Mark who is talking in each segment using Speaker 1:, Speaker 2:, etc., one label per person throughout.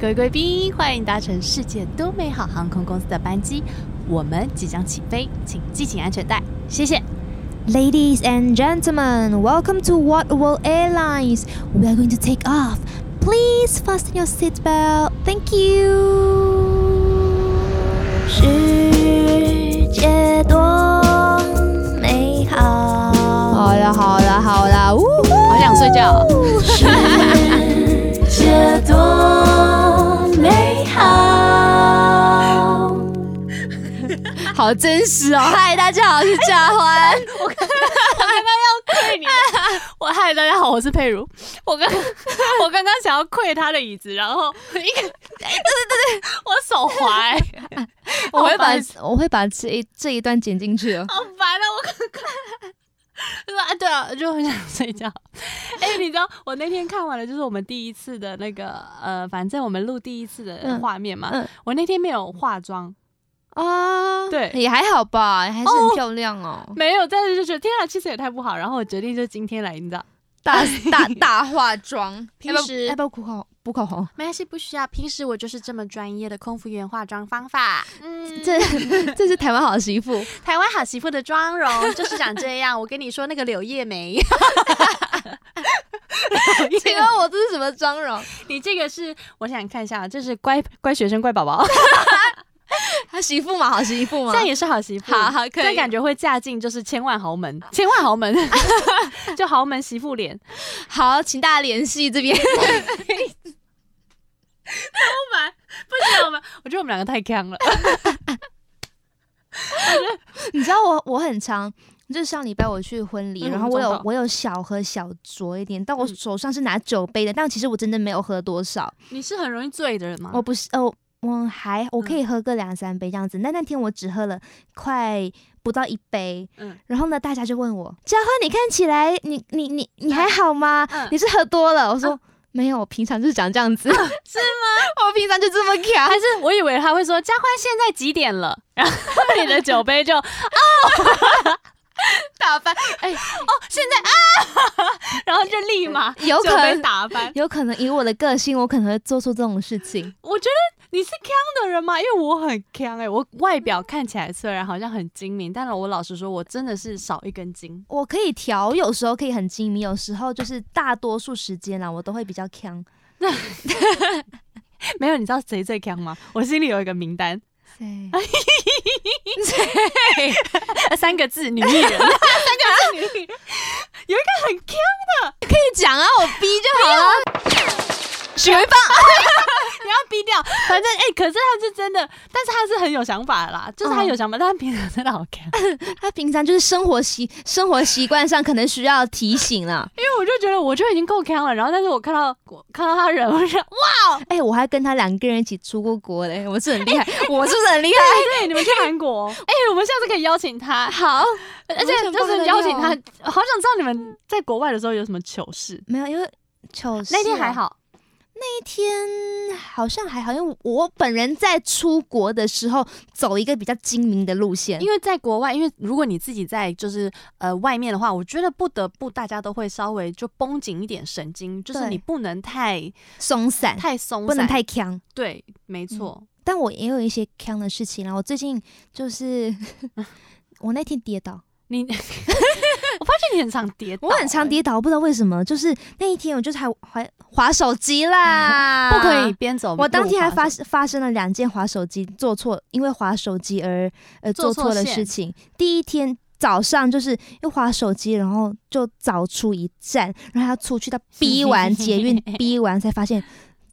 Speaker 1: 各位贵宾，欢迎搭乘世界多美好航空公司的班机，我们即将起飞，请系紧安全带，谢谢。
Speaker 2: Ladies and gentlemen, welcome to What World Airlines. We are going to take off. Please fasten your seatbelt. Thank you. 世界多美好。好了好了好 了，呜呼
Speaker 1: 好想睡觉哦。
Speaker 2: 世界多美好。好真实哦！嗨，大家好，我是嘉欢。
Speaker 1: 对你们，我嗨，大家好，我是佩如。我 刚我刚刚想要跪他的椅子，然后一个，对对对对，我手滑、 欸，
Speaker 2: 我会哦把
Speaker 1: 好烦
Speaker 2: 我会把这一这一段剪进去 哦。
Speaker 1: 好烦啊！我刚刚。对啊，对啊，就很想睡觉。哎、你知道我那天看完了，就是我们第一次的那个呃，反正我们录第一次的
Speaker 2: 嗯
Speaker 1: 画面嘛。
Speaker 2: 嗯
Speaker 1: 我那天没有化妆，
Speaker 2: 啊，
Speaker 1: 对
Speaker 2: 也还好吧，还是很漂亮哦。
Speaker 1: 没有，但是就觉得天啊，气色也太不好。然后我决定就今天来，你知道？
Speaker 3: 大 大大化妆，
Speaker 1: 平时
Speaker 2: 要不要补口补口红？
Speaker 1: 没关系，不需要。平时我就是这么专业的空服员化妆方法。嗯，
Speaker 2: 这这是台湾好 媳妇，
Speaker 1: 台湾好媳妇的妆容就是长这样。我跟你说，那个柳叶 眉， 哦
Speaker 2: 请问我这是什么妆容？
Speaker 1: 你这个是我想看一下，啊这是乖乖学生乖宝宝，
Speaker 2: 她媳妇嘛，好媳妇嘛
Speaker 1: 这。样也是好啊媳妇。
Speaker 2: 好好可
Speaker 1: 这
Speaker 2: 以，
Speaker 1: 感觉会嫁进就是千万豪门，千万豪门， 就豪门媳妇脸。
Speaker 2: 好，请大家联系这边。
Speaker 1: 不行，我们我觉得我们两个太坑了。
Speaker 2: 你知道我我很常，就是上礼拜我去婚礼，
Speaker 1: 嗯
Speaker 2: 然后我
Speaker 1: 中
Speaker 2: 有
Speaker 1: 岛
Speaker 2: 我有小喝小酌一点，但我
Speaker 1: 嗯
Speaker 2: 手上是拿酒杯的，但其实我真的没有喝多少，
Speaker 1: 你是很容易醉的人吗嗯
Speaker 2: 我不是哦，我还我可以喝个两三杯这样子，但那天我只喝了快不到一杯，
Speaker 1: 嗯
Speaker 2: 然后呢，大家就问我，嘉欢，你看起来你你你你还好吗？
Speaker 1: 嗯哦
Speaker 2: 你是喝多了？我说、没有，我平常就是长这样子，是吗？ 我平常就这么卡
Speaker 1: 还。是我以为他会说佳欢现在几点了， 然后你的酒杯 就啊、打 翻，哎、哦现在啊，然后就立马
Speaker 2: 有可
Speaker 1: 酒杯
Speaker 2: 能，
Speaker 1: 打翻。
Speaker 2: 有可能以我的个性，我可能会做出这种事 情。
Speaker 1: 我觉得你是康的人吗？因为我很康哎、我外表看起来虽然好像很精明，但是我老实说，我真的是少一根筋。
Speaker 2: 我可以调，有时候可以很精明，有时候就是大多数时间啦，我都会比较强。
Speaker 1: 没有，你知道谁最康吗？我心里有一个名单，
Speaker 2: 对，
Speaker 1: 三个字女艺 人，三个字女艺人，有一个很康，
Speaker 2: 讲啊，我逼就好了。
Speaker 1: 许维芳， 你要逼掉。反正哎、可是他是真的，但是他是很有想法的啦，就是他有想法，但他平常真的好看。
Speaker 2: 他平常就是生活习生活习惯上可能需要提醒啦。
Speaker 1: 因为我就觉得我就已经够康了，然后但是我看到我看到他人，我就觉得哇，
Speaker 2: 哎、我还跟他两个人一起出过国嘞，我是很 厉害，我是不是很厉害？
Speaker 1: 对，你们去韩国， 哎、我们下次可以邀请他，
Speaker 2: 好，
Speaker 1: 而
Speaker 2: 完
Speaker 1: 且
Speaker 2: 全
Speaker 1: 就
Speaker 2: 不
Speaker 1: 是
Speaker 2: 得
Speaker 1: 邀请他
Speaker 2: 了，
Speaker 1: 好想知道你们在国外的时候有什么糗事。
Speaker 2: 没有，因为糗事
Speaker 1: 那天
Speaker 2: 哦
Speaker 1: 还，好，
Speaker 2: 那天好像还好，因为我本人在出国的时候走一个比较精明的路线
Speaker 1: 因。为在国外，因为如果你自己在就是呃外面的话，我觉得不得不大家都会稍微就绷紧一点神经，就是
Speaker 2: 对
Speaker 1: 你不能太
Speaker 2: 松散，
Speaker 1: 太松散，
Speaker 2: 不能太嗯强。
Speaker 1: 对，没错。
Speaker 2: 但我也有一些强的事情啦。我最近就是 我那天跌倒，
Speaker 1: 你我发现你很常跌倒、
Speaker 2: 我很常
Speaker 1: 欸，
Speaker 2: 跌倒，我不知道为什么，就是那一天我就是还还划手机 啦，
Speaker 1: 不可以。边走路滑手。
Speaker 2: 啊我当天还发发生了两件划手机做错，因为划手机而呃
Speaker 1: 做
Speaker 2: 做
Speaker 1: 错
Speaker 2: 错的
Speaker 1: 线
Speaker 2: 事情。第一天早上就是又划手机，然后就早出一站，然后要出去到逼完捷运，逼完才发现。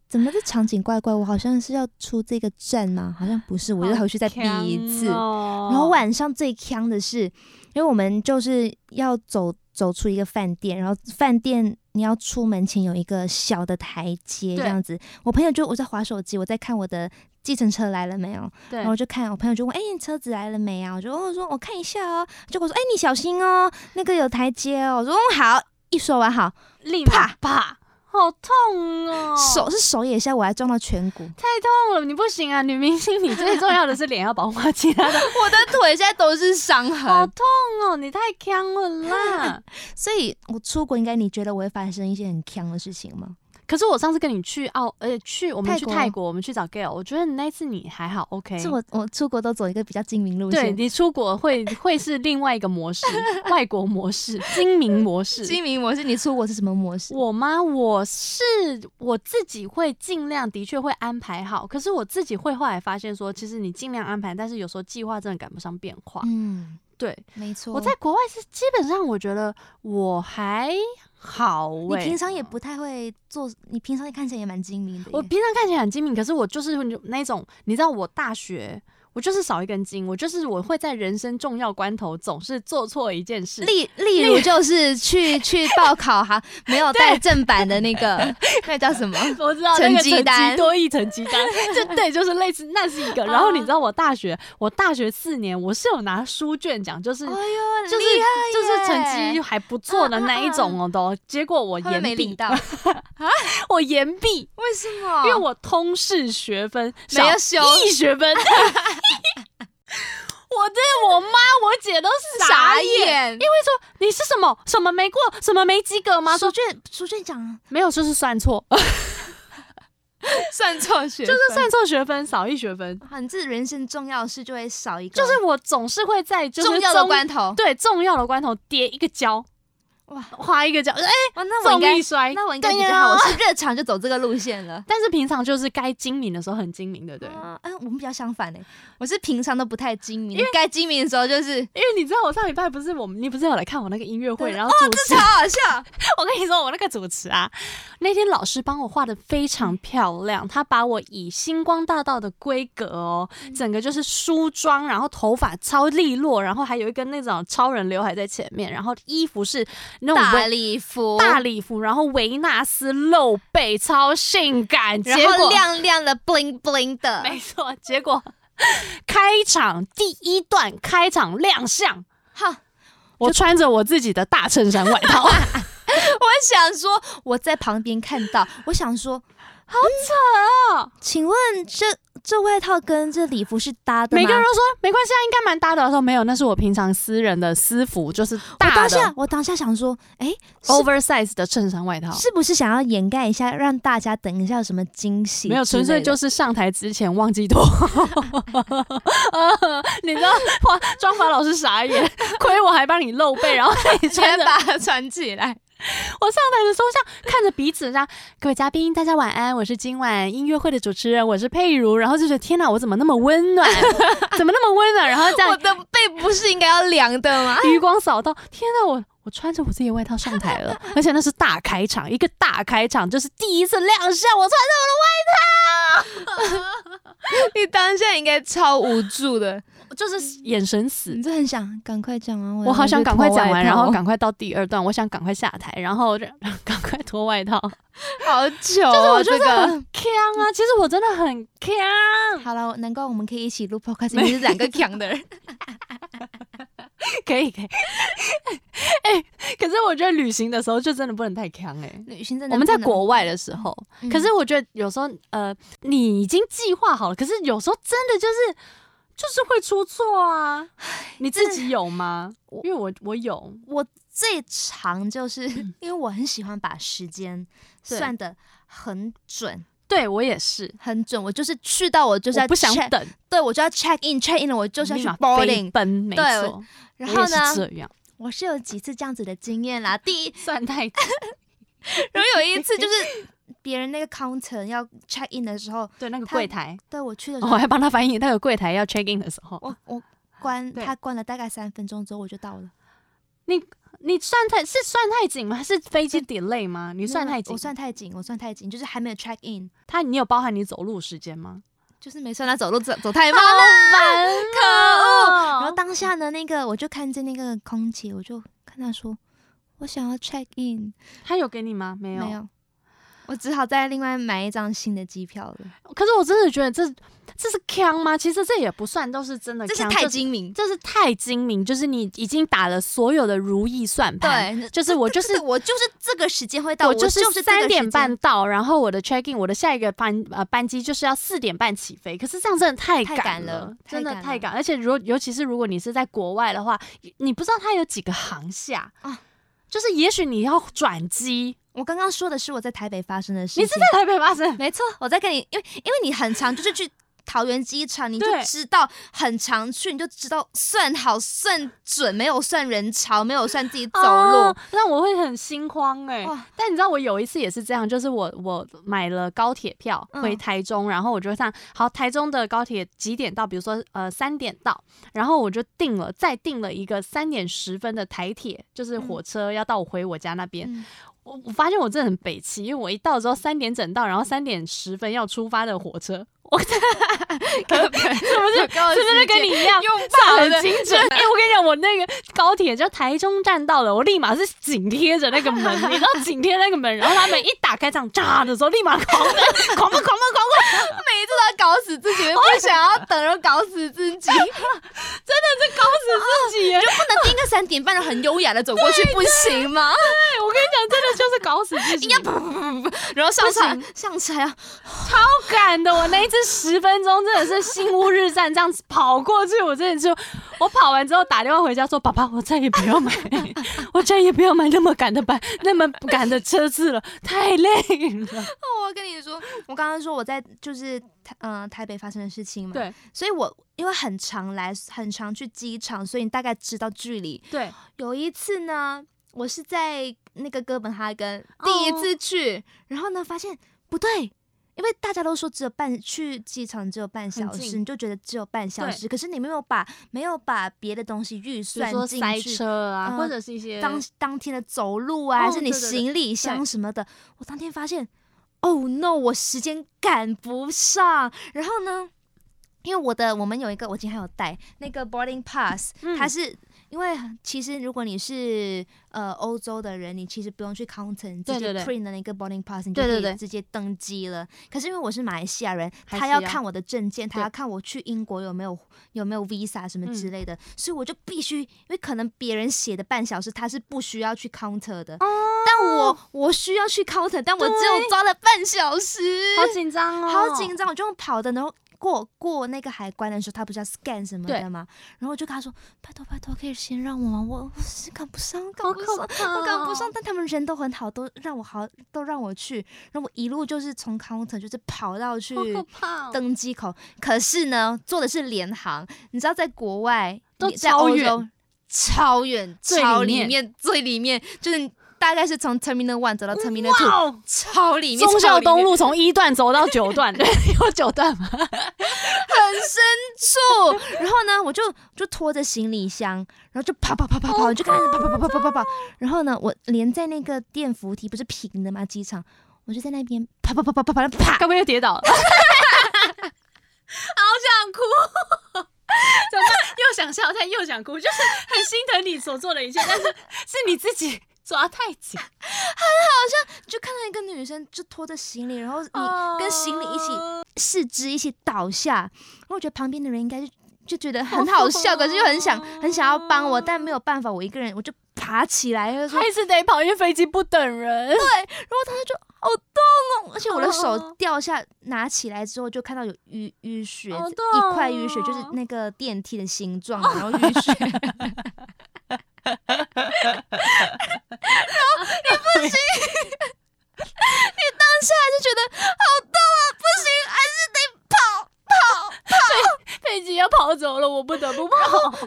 Speaker 2: 怎么这场景怪怪？我好像是要出这个站吗？好像不是，我又回去再逼一次。
Speaker 1: 好强哦
Speaker 2: 然后晚上最坑的是，因为我们就是要走走出一个饭店，然后饭店你要出门前有一个小的台阶这
Speaker 1: 对
Speaker 2: 样子。我朋友就我在划手机，我在看我的计程车来了没有，
Speaker 1: 对
Speaker 2: 然后我就看我朋友就问，哎、你车子来了没啊？我就哦我说我看一下哦，结果说，哎、你小心哦，那个有台阶哦。我说嗯好。一说完好，
Speaker 1: 立马啪，好痛 哦，
Speaker 2: 手是手也下，我还撞到颧骨，
Speaker 1: 太痛了，你不行啊，女明星你最重要的是脸要保护好，其 他的
Speaker 2: 我的腿现在都是伤
Speaker 1: 好痛哦，你太强了啦。
Speaker 2: 所以我出国应该你觉得我会发生一些很坑的事情吗？
Speaker 1: 可是我上次跟你去澳，呃，去我们
Speaker 4: 泰
Speaker 1: 去
Speaker 4: 国
Speaker 1: 泰国，我们去找 Gail，我觉得那一次你还好，OK。
Speaker 4: 是我我出国都走一个比较精明路
Speaker 1: 对
Speaker 4: 线，
Speaker 1: 你出国会 会是另外一个模式，外国模式，精明模式。
Speaker 2: 金明我是
Speaker 4: 你出国是什么模式？
Speaker 1: 我吗？我是我自己会尽量，的确会安排好。可是我自己会后来发现说，其实你尽量安排，但是有时候计划真的赶不上变化。
Speaker 4: 嗯，
Speaker 1: 对，
Speaker 4: 没错。
Speaker 2: 嗯
Speaker 1: 我在国外是基本上我觉得我还好、
Speaker 4: 你
Speaker 1: 欸。
Speaker 4: 平常也不太会做，你平常看起来也蛮精明的耶。
Speaker 1: 我平常看起来很精明，可是我就是那种，你知道，我大学我就是少一根筋，我就是我会在人生重要关头总是做错一件事。
Speaker 4: 例例如就是去去报考哈，没有带正版的那个，
Speaker 2: 那叫 什么？
Speaker 1: 我知道那个
Speaker 4: 成绩单
Speaker 1: 多一成绩单，就对，就是类似那是一个。然后你知道我大学，我大学四年我是有拿书卷奖，就是
Speaker 4: 哎
Speaker 1: 就
Speaker 4: 呦
Speaker 1: 是
Speaker 4: 厉
Speaker 1: 就是
Speaker 4: 害耶
Speaker 1: 成绩还不错的那一种哦，都。结果 我
Speaker 2: 他们
Speaker 1: 延
Speaker 2: 没领
Speaker 1: 毕，
Speaker 2: 到，
Speaker 1: 我延毕，
Speaker 2: 为什么？
Speaker 1: 因为我通识学分
Speaker 2: 没有修
Speaker 1: 一学分。 我对我妈我姐都傻
Speaker 2: 傻
Speaker 1: 眼，
Speaker 2: 眼，因为
Speaker 1: 你是什么什么没过，什么没及格吗？说
Speaker 4: 书卷书卷奖，
Speaker 1: 没有，就是算错，
Speaker 2: 算错学
Speaker 1: 就
Speaker 2: 分，
Speaker 1: 是算错学分，少一学分。
Speaker 4: 啊，你这人生重要的事就会少一个，
Speaker 1: 就是我总是会在就是
Speaker 2: 重要的关头。
Speaker 1: 对重要的关头跌一个跤，
Speaker 4: 哇
Speaker 1: 滑一个跤，哎、
Speaker 4: 哇，哦那我应
Speaker 1: 重
Speaker 4: 该
Speaker 1: 力摔。
Speaker 4: 那我应该比
Speaker 1: 对
Speaker 4: 较
Speaker 1: 呀
Speaker 4: 好，我是热场就走这个路线 了。
Speaker 1: 但是平常就是该精明的时候很精明，对不对？
Speaker 4: 啊，嗯，我们比较相反哎，我是平常都不太精明，该精明的时候就是
Speaker 1: 因为你知道我上礼拜不是我们，你不是有来看我那个音乐会，
Speaker 4: 对
Speaker 1: 然后主持
Speaker 2: 超好笑，
Speaker 1: 我跟你说，我那个主持啊，那天老师帮我画的非常漂亮，他把我以星光大道的规格哦，整个就是梳妆，然后头发超利落，然后还有一根那种超人刘海在前面，然后衣服是那种
Speaker 2: 大
Speaker 1: 围
Speaker 2: 礼服，
Speaker 1: 大礼服，然后维纳斯露背，超性感。
Speaker 4: 然
Speaker 1: 结
Speaker 4: 后
Speaker 1: 果，
Speaker 4: 亮亮的 bling bling 的，
Speaker 1: 没错，结果开场第一段开场亮相，
Speaker 4: 好。
Speaker 1: 我穿着我自己的大衬衫外 套。
Speaker 4: 我想说，我在旁边看到，我想说，好扯
Speaker 1: 哦
Speaker 4: 嗯请问这这外套跟这礼服是搭的吗？
Speaker 1: 每个人都说没关系啊，应该蛮搭的。我说没有，那是我平常私人的私服，就是
Speaker 4: 我
Speaker 1: 大
Speaker 4: 当下
Speaker 1: 的
Speaker 4: 我当下想说，哎、是
Speaker 1: oversize 的衬衫外套。
Speaker 4: 是不是想要掩盖一下，让大家等一下有什么惊喜之类的？
Speaker 1: 没有，纯粹就是上台之前忘记脱。呃 你知道，哇，妆发老师傻眼，亏我还帮你露背，然后你穿
Speaker 2: 全
Speaker 1: 着。
Speaker 2: 把它穿起来，
Speaker 1: 我上台的时候像看着彼此，这样各位嘉宾，大家晚安，我是今晚音乐会的主持人，我是佩如。然后就觉得天哪，我怎么那么温 暖，怎么那么温暖？然后 这样
Speaker 2: 我的背不是应该要凉的 吗？
Speaker 1: 余光扫到，天哪，我我穿着我自己的外套上台了， 而且那是大开场，一个大开场，就是第一次亮相，我穿着
Speaker 2: 你当下应该超无助的，
Speaker 1: 我的外套，嗯就是眼神死
Speaker 4: 你。就很想赶快讲完，
Speaker 1: 我好
Speaker 4: 要
Speaker 1: 想
Speaker 4: 去
Speaker 1: 赶快
Speaker 4: 脱
Speaker 1: 讲
Speaker 4: 外
Speaker 1: 完，然
Speaker 4: 套
Speaker 1: 后 赶快到第二段，我想赶快下台，然后 赶快脱外套。
Speaker 2: 好久
Speaker 1: 就是
Speaker 2: 哦，
Speaker 1: 我
Speaker 2: 这
Speaker 1: 觉得 很
Speaker 2: 个
Speaker 1: 强啊，其实我嗯真的很啊强。
Speaker 4: 好了，难怪我们可以一起录 podcast，
Speaker 2: 你
Speaker 4: 你
Speaker 2: 是
Speaker 4: 是
Speaker 2: 两
Speaker 4: 两个
Speaker 2: 个强的人，
Speaker 1: 可以 可以。哎、可是我觉得旅行的时候就真的不能太强哎、
Speaker 4: 旅行真的
Speaker 1: 我们在
Speaker 4: 不能
Speaker 1: 国外的时候，
Speaker 4: 嗯
Speaker 1: 可是我觉得有时候，呃，你已经计划好了，可是有时候真的就是就是会出错啊。你自己有吗？因为我我有，
Speaker 4: 我 最常就是因为我很喜欢把时间
Speaker 1: 对
Speaker 4: 算的很准。
Speaker 1: 对我也是，
Speaker 4: 很准，我就是去到我就是
Speaker 1: 我
Speaker 4: 要
Speaker 1: 不想
Speaker 4: check，
Speaker 1: 等，
Speaker 4: 对我就要 check in check in 了，我就是要
Speaker 1: 立
Speaker 4: 去
Speaker 1: 马
Speaker 4: boarding。
Speaker 1: 奔，没
Speaker 4: 对
Speaker 1: 错。
Speaker 4: 然
Speaker 1: 我
Speaker 4: 后
Speaker 1: 也是
Speaker 4: 呢，
Speaker 1: 这样
Speaker 4: 我是有几次这样子的经验啦。第一，
Speaker 1: 算太
Speaker 4: 然后有一次就是 别人那个 counter 要 check in 的时候，
Speaker 1: 对那个
Speaker 4: 他
Speaker 1: 柜台，
Speaker 4: 对我去的时
Speaker 1: 我
Speaker 4: 候，
Speaker 1: 还帮他翻译那个柜台要 check in 的时候，
Speaker 4: 我我关
Speaker 1: 对
Speaker 4: 他关了大概三分钟之后我就到了。
Speaker 1: 你算太是算太紧吗？还是飞机 delay 吗？你
Speaker 4: 你
Speaker 1: 算太紧，
Speaker 4: 我算太紧，我算太紧，就是还没有 check in，
Speaker 1: 他，你有包含你走路时间吗？
Speaker 4: 就是没算他走路走走太慢了。
Speaker 1: 烦，哦可恶！
Speaker 4: 然后当下呢，那个我就看见那个空姐，我就看她说，我想要 check in，
Speaker 1: 他有给你吗？没有。
Speaker 4: 没有，我只好再另外买一张新的机票了。
Speaker 1: 可是我真的觉得这这是坑吗？其实这也不算，都是真的
Speaker 2: 这
Speaker 1: 腔，
Speaker 2: 是太精明，
Speaker 1: 这是太精明，就是你已经打了所有的如意算盘。
Speaker 4: 对，
Speaker 1: 就是我就是
Speaker 4: 我就是这个时间会到，
Speaker 1: 我
Speaker 4: 我
Speaker 1: 就是
Speaker 4: 这个
Speaker 1: 三点
Speaker 4: 时间
Speaker 1: 半到，然后我的 check in，我的下一个班呃班机就是要四点半起飞。可是这样真的太
Speaker 4: 太
Speaker 1: 赶
Speaker 4: 赶
Speaker 1: 了，
Speaker 4: 了
Speaker 1: 真的
Speaker 4: 太赶
Speaker 1: 太
Speaker 4: 了
Speaker 1: 赶。而且如果尤其是如果你是在国外的话，你不知道它有几个航下
Speaker 4: 啊
Speaker 1: 就是也许你要转机，
Speaker 4: 我刚刚说的是我在台北发生的事情。
Speaker 1: 你是在台北发生？
Speaker 4: 没错，我在跟你，因为因为你很常就是去桃园机场，你就
Speaker 1: 对
Speaker 4: 知道很常去，你就知道算好算准，没有算人潮，没有算自己走路
Speaker 1: 哦。那我会很心慌哎、
Speaker 4: 哇
Speaker 1: 但你知道我有一次也是这样，就是我我买了高铁票
Speaker 4: 嗯
Speaker 1: 回台中，然后我就上好台中的高铁几点到，比如说呃三点到，然后我就订了再订了一个三点十分的台铁，就是火车要到我回我家那边。
Speaker 4: 嗯
Speaker 1: 我我发现我真的很北齐，因为我一到之后三点整到，然后三点十分要出发的火车，我是 不是
Speaker 2: 告
Speaker 1: 是不是跟你一样？
Speaker 2: 用
Speaker 1: 算
Speaker 2: 爆
Speaker 1: 很
Speaker 2: 的
Speaker 1: 精准，啊因为我跟你讲，我那个高铁就台中站到了，我立马是紧贴着那个门，你知道紧贴那个门，然后他们一打开这样炸的时候，立马狂奔，狂奔，狂奔，狂奔，
Speaker 4: 每一次都要搞死自己， 不想要等，然后搞死自己， 不
Speaker 1: 搞死自己耶！
Speaker 4: 能定个三点半，然后很优雅的走过去，不行 吗？
Speaker 1: 对，我跟你讲，真的就是搞死自己，应该不
Speaker 4: 然后上
Speaker 1: 不
Speaker 4: 车上车还要
Speaker 1: 敢的。我那一次十分钟真的是心乌日站这样子跑过去，我真的就我跑完之后打电话回家说：“爸爸，我再也不要买， 我再也不要买那么赶的班，那么赶的车次了，太累了。
Speaker 4: 哦我跟你说，我刚刚说我在就是台嗯、台北发生的事情”嘛，，
Speaker 1: 对
Speaker 4: 所以我因为很常来，很常去机场，所以你大概知道距离。
Speaker 1: 对，
Speaker 4: 有一次呢，我是在那个哥本哈根
Speaker 1: 哦
Speaker 4: 第一次去，然后呢发现不对，因为大家都说只有半去机场只有半小
Speaker 1: 很
Speaker 4: 时，
Speaker 1: 近
Speaker 4: 你就觉得只有半小时，可是你没有把没有把别的东西预
Speaker 1: 比如
Speaker 4: 算
Speaker 1: 说
Speaker 4: 进
Speaker 1: 塞
Speaker 4: 去。
Speaker 1: 车啊，
Speaker 4: 嗯
Speaker 1: 或者是一些
Speaker 4: 当当天的走路啊，还
Speaker 1: 哦
Speaker 4: 是你
Speaker 1: 对对对
Speaker 4: 行李箱什么的，我当天发现，Oh no，我时间赶不上。然后呢，因为我的我们有一个，我今天还有带那个 boarding pass，、
Speaker 1: 嗯
Speaker 4: 它是。因为其实如果你是呃欧洲的人，你其实不用去 counter，你直
Speaker 1: 对
Speaker 4: 接
Speaker 1: 对对
Speaker 4: print 的那个 boarding pass，你就
Speaker 1: 对
Speaker 4: 可
Speaker 1: 对
Speaker 4: 以
Speaker 1: 对
Speaker 4: 直接登机了。可是因为我是马来西亚人，
Speaker 1: 还
Speaker 4: 他
Speaker 1: 是
Speaker 4: 要
Speaker 1: 要
Speaker 4: 看我的证件，他
Speaker 1: 对
Speaker 4: 要看我去英国有没有有没有 visa 什么
Speaker 1: 嗯
Speaker 4: 之类的，所以我就必须，因为可能别人写的半小时他是不需要去 counter 的，但我我需要去 counter，但我只有
Speaker 1: 哦对
Speaker 4: 抓了半小时，
Speaker 1: 好紧张哦，
Speaker 4: 好紧张，我就用跑的，然后过过那个海关的时候，他不是要 scan 什么的
Speaker 1: 对
Speaker 4: 吗？然后我就跟他说，拜托拜托，可以先让我吗？我我是赶不上，赶
Speaker 1: 好
Speaker 4: 不上
Speaker 1: 可。怕、
Speaker 4: 我赶不上，，但他们人都很好，都让我好，都让我去。然后我一路就是从 counter 就是 跑到去
Speaker 1: 好可怕、哦。
Speaker 4: 登机口，可是呢，坐的是联航，你知道在国外
Speaker 1: 都
Speaker 4: 你在
Speaker 1: 超
Speaker 4: 欧
Speaker 1: 远
Speaker 4: 洲，超远，
Speaker 1: 最里
Speaker 4: 超里
Speaker 1: 面
Speaker 4: 面，最里面就是大概是从 Terminal One 走到 Terminal Two，
Speaker 1: 哇哦！
Speaker 4: 超里面，
Speaker 1: 忠孝东
Speaker 4: 路
Speaker 1: 路从一段走到九 段，对，有九段吗？
Speaker 4: 很深处。然后呢，我就就拖着行李箱，然后就跑跑跑跑跑，就开始跑跑跑跑跑跑跑。然后呢，我连在那个电扶梯不是平的吗？机场，我就在那边跑跑跑跑跑跑跑。
Speaker 1: 该不会又跌倒 了？好想哭，哦怎么办又想笑但又想哭，就是很心疼你所做的一切，但是是你自己抓太紧，
Speaker 4: 就看到一个女生就拖着行李，然后
Speaker 1: 哦
Speaker 4: 你跟行李一起、四肢一起倒下，然后我觉得旁边的人应该就就觉得很好笑，可是又很想很想要帮我，但没有办法，我一个人我就爬起来，就 说，
Speaker 1: 还是得跑，因为飞机不等人。
Speaker 4: 然后当时就好痛哦，而且我的手
Speaker 1: 哦
Speaker 4: 掉下拿起来之后，就看到有淤淤血，
Speaker 1: 好痛哦
Speaker 4: 一块淤血就是那个电梯的形状，然后淤血，
Speaker 1: 不行，
Speaker 4: 就觉得好痛啊，不行，还是得跑。
Speaker 1: 飞机要跑走了，我不得不跑。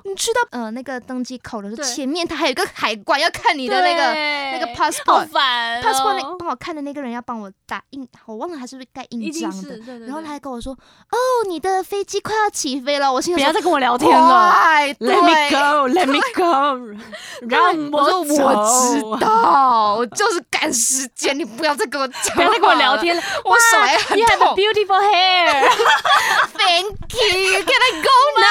Speaker 4: 你去到呃那个登机口的时候，
Speaker 1: 对
Speaker 4: 前面它还有一个海关要看 你的那个那个
Speaker 1: 对
Speaker 4: passport，
Speaker 1: 烦哦
Speaker 4: passport 那帮我看的那个人要帮我打印，我忘了他是不是盖印
Speaker 1: 一
Speaker 4: 章
Speaker 1: 定是
Speaker 4: 的。
Speaker 1: 对对对
Speaker 4: 然后他还跟我说：“哦，你的飞机快要起飞了。”我心
Speaker 1: 不
Speaker 4: 里
Speaker 1: 要
Speaker 4: 想
Speaker 1: 再跟我聊天
Speaker 4: 说：“
Speaker 1: 了。
Speaker 4: 快
Speaker 1: Let me
Speaker 4: 对
Speaker 1: go, let me go，让
Speaker 4: 我说
Speaker 1: 我走
Speaker 4: 我知道，我就是赶时间，你不要再跟我讲，
Speaker 1: 不要再跟我聊， 天了。
Speaker 4: 我手还很
Speaker 1: You have a
Speaker 4: 痛。
Speaker 1: beautiful hair.
Speaker 4: Thank you, can I go now？
Speaker 1: Oh,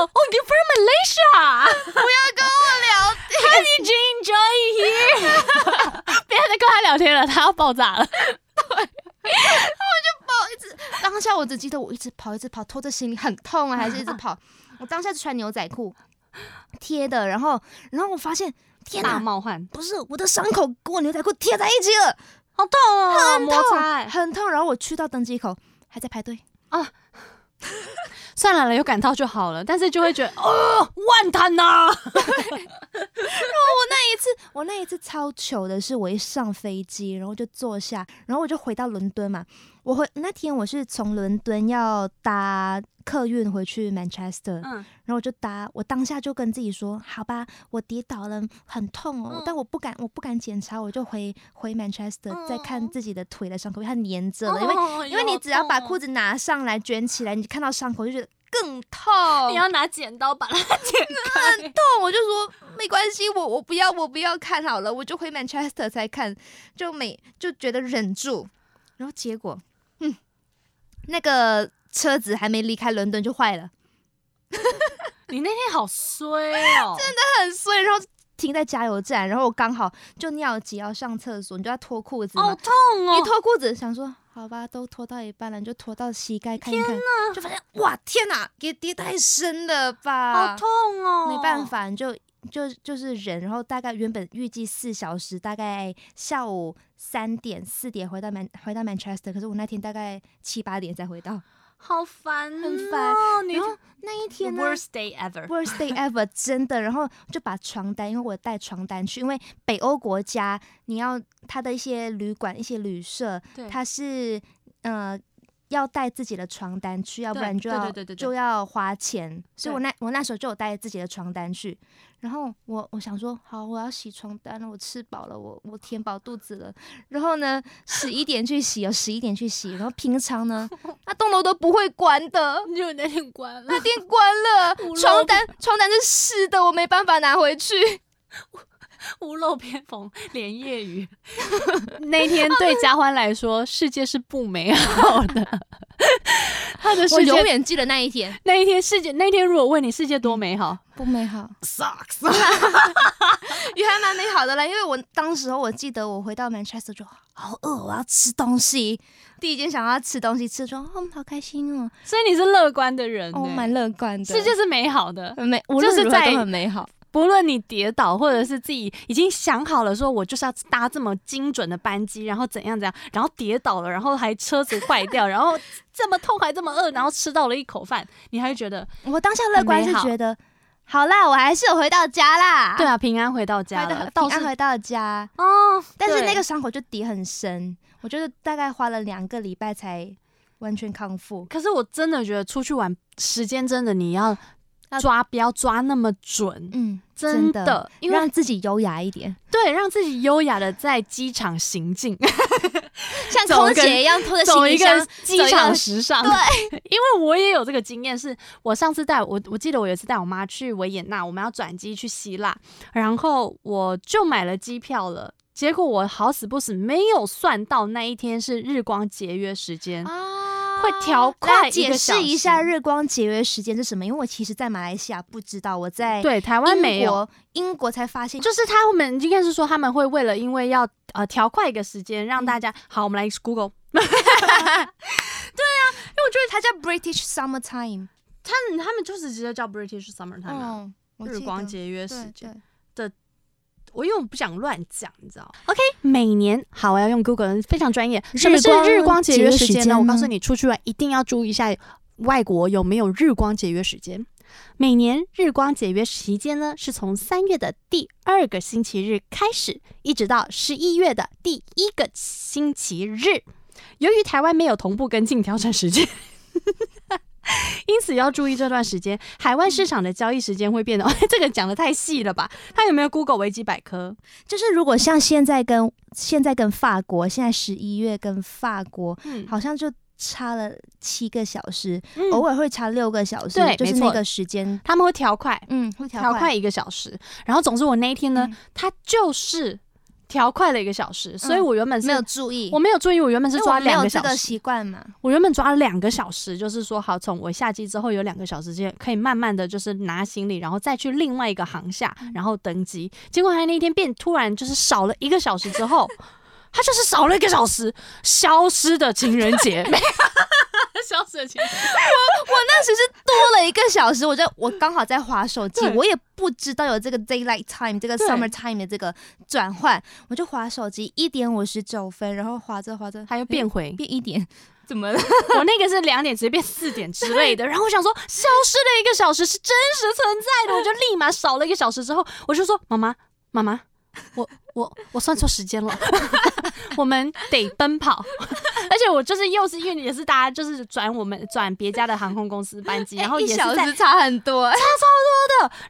Speaker 1: oh, you from Malaysia?
Speaker 4: 不要跟我聊天。
Speaker 1: How did you enjoy here? 不要再跟他聊天了，他要爆炸了。
Speaker 4: 当下我只记得我一直跑，一直跑，拖着行李很痛啊，还是一直跑。我当下穿牛仔裤贴的，然后，然后我发现，天哪！
Speaker 1: 冒汗，
Speaker 4: 不是我的伤口跟我牛仔裤贴在一起了，
Speaker 1: 好痛哦，
Speaker 4: 很
Speaker 1: 摩
Speaker 4: 痛
Speaker 1: 擦欸。
Speaker 4: 很痛。然后我去到登机口还在排队，
Speaker 1: 算了了，有赶到就好了。但是就会觉得，哦，万谈呐、
Speaker 4: 我那一次超糗的是，我一上飞机，然后就坐下，然后我就回到伦敦嘛。我回那天我是从伦敦要搭客运回去 Manchester，、
Speaker 1: 嗯，
Speaker 4: 然后我就搭，我当下就跟自己说，好吧，我跌倒了，很痛哦，
Speaker 1: 嗯
Speaker 4: 但我不敢，我不敢检查，我就回回 Manchester、
Speaker 1: 嗯
Speaker 4: 再看自己的腿的伤口，因为它粘着
Speaker 1: 哦
Speaker 4: 了，因为因为你只要把
Speaker 1: 有哦
Speaker 4: 裤子拿上来卷起来，你看到伤口就觉得更痛，
Speaker 1: 你要拿剪刀把它剪 开。
Speaker 4: 痛，我就说没关系，我我不要，我不要看好了，我就回 Manchester 才看，就每就觉得忍住，然后结果，嗯，那个车子还没离开伦敦就坏了，
Speaker 1: 你那天好衰 哦，真的
Speaker 4: 很衰，然后停在加油站，然后我刚好就尿急要上厕所，你就要脱裤子
Speaker 1: 好
Speaker 4: 嘛，
Speaker 1: 痛
Speaker 4: 一
Speaker 1: 哦。
Speaker 4: 脱裤子想说好吧，都脱到一半了，你就脱到膝盖看一看，就发现哇天哪，也跌太深了吧，
Speaker 1: 好痛哦，
Speaker 4: 没办，法，你就就就是人，然后大概原本预计四小时，大概下午三点四点回到曼回到 Manchester，可是我那天大概七八点才回到。
Speaker 1: 好烦，
Speaker 4: 很
Speaker 1: 烦。你
Speaker 4: 然后那一天呢
Speaker 1: worst day ever，
Speaker 4: ，worst day ever，真的。然后就把床单，因为我带床单去，因为北欧国家你要它的一些旅馆、一些旅社，
Speaker 1: 对
Speaker 4: 它是呃要带自己的床单去，要不
Speaker 1: 对
Speaker 4: 然就
Speaker 1: 对
Speaker 4: 要
Speaker 1: 对对对对
Speaker 4: 就要花钱。所以我
Speaker 1: 对
Speaker 4: 那我那时候就有带自己的床单去，然后我我想说，好，我要洗床单了，我吃饱了，我我填饱肚子了。然后呢，十一点去洗哦，十一点去洗。然后平常呢， 那栋楼都不会关的。
Speaker 1: 你有那天关了
Speaker 4: 那，店关了
Speaker 1: 胡，萝
Speaker 4: 床
Speaker 1: 卜
Speaker 4: 单床单是湿的，我没办法拿回去。
Speaker 1: 屋漏偏逢连夜雨。 那天 对嘉欢来说，世界是不美好 的，他的
Speaker 4: 我
Speaker 1: 世
Speaker 4: 永
Speaker 1: 界。
Speaker 4: 远记得那一天，
Speaker 1: 那一天世界，那一天如果问你世界多美好
Speaker 4: 不美好，
Speaker 1: ，sucks，
Speaker 4: 也还蛮美好的啦。因为我当时候我记得我回到 Manchester 就好饿，我要吃东西。第一件想要吃东西，吃说嗯好开心哦，
Speaker 1: 所以你是乐观的人、
Speaker 4: 哦
Speaker 1: 欸
Speaker 4: 蛮乐观的，
Speaker 1: 世界是美好的，
Speaker 4: 很美，无
Speaker 1: 就
Speaker 4: 论
Speaker 1: 是
Speaker 4: 如何
Speaker 1: 在
Speaker 4: 都很美好。
Speaker 1: 不论你跌倒，或者是自己已经想好了，说我就是要搭这么精准的班机，然后怎样怎样，然后跌倒了，然后还车子坏掉，然后这么痛还这么饿，然后吃到了一口饭，你还会觉得
Speaker 4: 我当下乐观
Speaker 1: 很
Speaker 4: 是
Speaker 1: 美好
Speaker 4: 觉得，好啦，我还是有回到家啦，
Speaker 1: 对啊，平安回到家
Speaker 4: 回
Speaker 1: 了，
Speaker 4: 到
Speaker 1: 倒
Speaker 4: 平安
Speaker 1: 是
Speaker 4: 回到家。
Speaker 1: 哦，
Speaker 4: 但是
Speaker 1: 对
Speaker 4: 那个伤口就底很深，我觉得大概花了两个礼拜才完全康复。
Speaker 1: 可是我真的觉得出去玩时间真的你要
Speaker 4: 要
Speaker 1: 抓，不要抓那么准，
Speaker 4: 嗯，
Speaker 1: 真
Speaker 4: 的，
Speaker 1: 的，因为
Speaker 4: 让自己优雅一点，
Speaker 1: 对让自己优雅的在机场行进，
Speaker 4: 像
Speaker 1: 走
Speaker 4: 空
Speaker 1: 一个
Speaker 4: 姐一样拖着
Speaker 1: 走
Speaker 4: 行
Speaker 1: 一
Speaker 4: 李
Speaker 1: 个
Speaker 4: 箱。
Speaker 1: 机
Speaker 4: 走一个
Speaker 1: 场时尚。
Speaker 4: 对，
Speaker 1: 因为我也有这个经验，是我上次带我，我记得我有一次带我妈去维也纳，我们要转机去希腊，然后我就买了机票了。结果我好死不死没有算到那一天是日光节约时间，
Speaker 4: 啊
Speaker 1: 会调快一
Speaker 4: 解
Speaker 1: 个小
Speaker 4: 释一下
Speaker 1: 时
Speaker 4: 日光节约时间是什么？因为我其实，在马来西亚不知道，我在
Speaker 1: 对台湾没
Speaker 4: 英
Speaker 1: 有，
Speaker 4: 国，英国才发现，
Speaker 1: 就是他们应该是说他们会为了因为要呃调快一个时间，让大家、好，我们来 Google，
Speaker 4: 它叫 British Summertime，
Speaker 1: 他们他们就是直接叫 British Summertime，、啊
Speaker 4: 嗯，我
Speaker 1: 日
Speaker 4: 记
Speaker 1: 光
Speaker 4: 得
Speaker 1: 节约时
Speaker 4: 对
Speaker 1: 间。
Speaker 4: 对
Speaker 1: 我因为我不想乱讲，你知道？OK，每年好，我要用 Google，非常专业。什么是
Speaker 4: 光
Speaker 1: 日光节约时
Speaker 4: 节约
Speaker 1: 间
Speaker 4: 时
Speaker 1: 呢？
Speaker 4: 间
Speaker 1: 我告诉
Speaker 4: 呢
Speaker 1: 你，出去玩一定要注意一下外国有没有日光节约时间。每年日光节约时间呢，是从三月的第二个星期日开始，一直到十一月的第一个星期日。由于台湾没有同步跟进调整时间， 因此要注意这段时间海外市场的交易时间会变得。 这个讲的太细了吧？他有没有 Google 维基百科？
Speaker 4: 就是如果像现在跟现在跟法国，现在十一月跟法国
Speaker 1: 嗯，
Speaker 4: 好像就差了七个小时，
Speaker 1: 嗯
Speaker 4: 偶尔会差六个小时，
Speaker 1: 对
Speaker 4: 就是
Speaker 1: 没错
Speaker 4: 那个时间，
Speaker 1: 他们会调快，
Speaker 4: 嗯，会
Speaker 1: 调快一个小时。然后，总之我那一天呢，
Speaker 4: 嗯
Speaker 1: 他就是调快了一个小时，所以我原本是
Speaker 4: 没有注意，
Speaker 1: 我没有注意，我原本是
Speaker 4: 因为我
Speaker 1: 抓
Speaker 4: 没
Speaker 1: 两
Speaker 4: 有
Speaker 1: 个
Speaker 4: 这
Speaker 1: 小
Speaker 4: 个
Speaker 1: 时，
Speaker 4: 习惯嘛，
Speaker 1: 我原本抓了两个小时，就是说好，从我下机之后有两个小时间可以慢慢的就是拿行李，然后再去另外一个航厦，
Speaker 4: 嗯
Speaker 1: 然后登机。结果他那一天变突然就是少了一个小时之后。他就是少了一个小时，消失的情人 节，没有消失的情人节，
Speaker 4: 我那时是多了一个小时，我就我刚好在划手机
Speaker 1: 对，
Speaker 4: 我也不知道有这个 daylight time 这个
Speaker 1: 对
Speaker 4: summer time 的这个转换，我就划手机一点五十九分，然后划着划着
Speaker 1: 他又变回
Speaker 4: 变一点，怎么了？
Speaker 1: 我那个是两点直接变四点之类的，然后我想说消失的一个小时是真实存在的，我就立马少了一个小时之后，我就说妈妈妈妈，我我我算错时间了， 我们得奔跑，而且我就是又是因为也是大家就是转我们转别家的航空公司班机，然后
Speaker 2: 哎一
Speaker 1: 也是
Speaker 2: 小
Speaker 1: 在
Speaker 2: 时差很多、欸，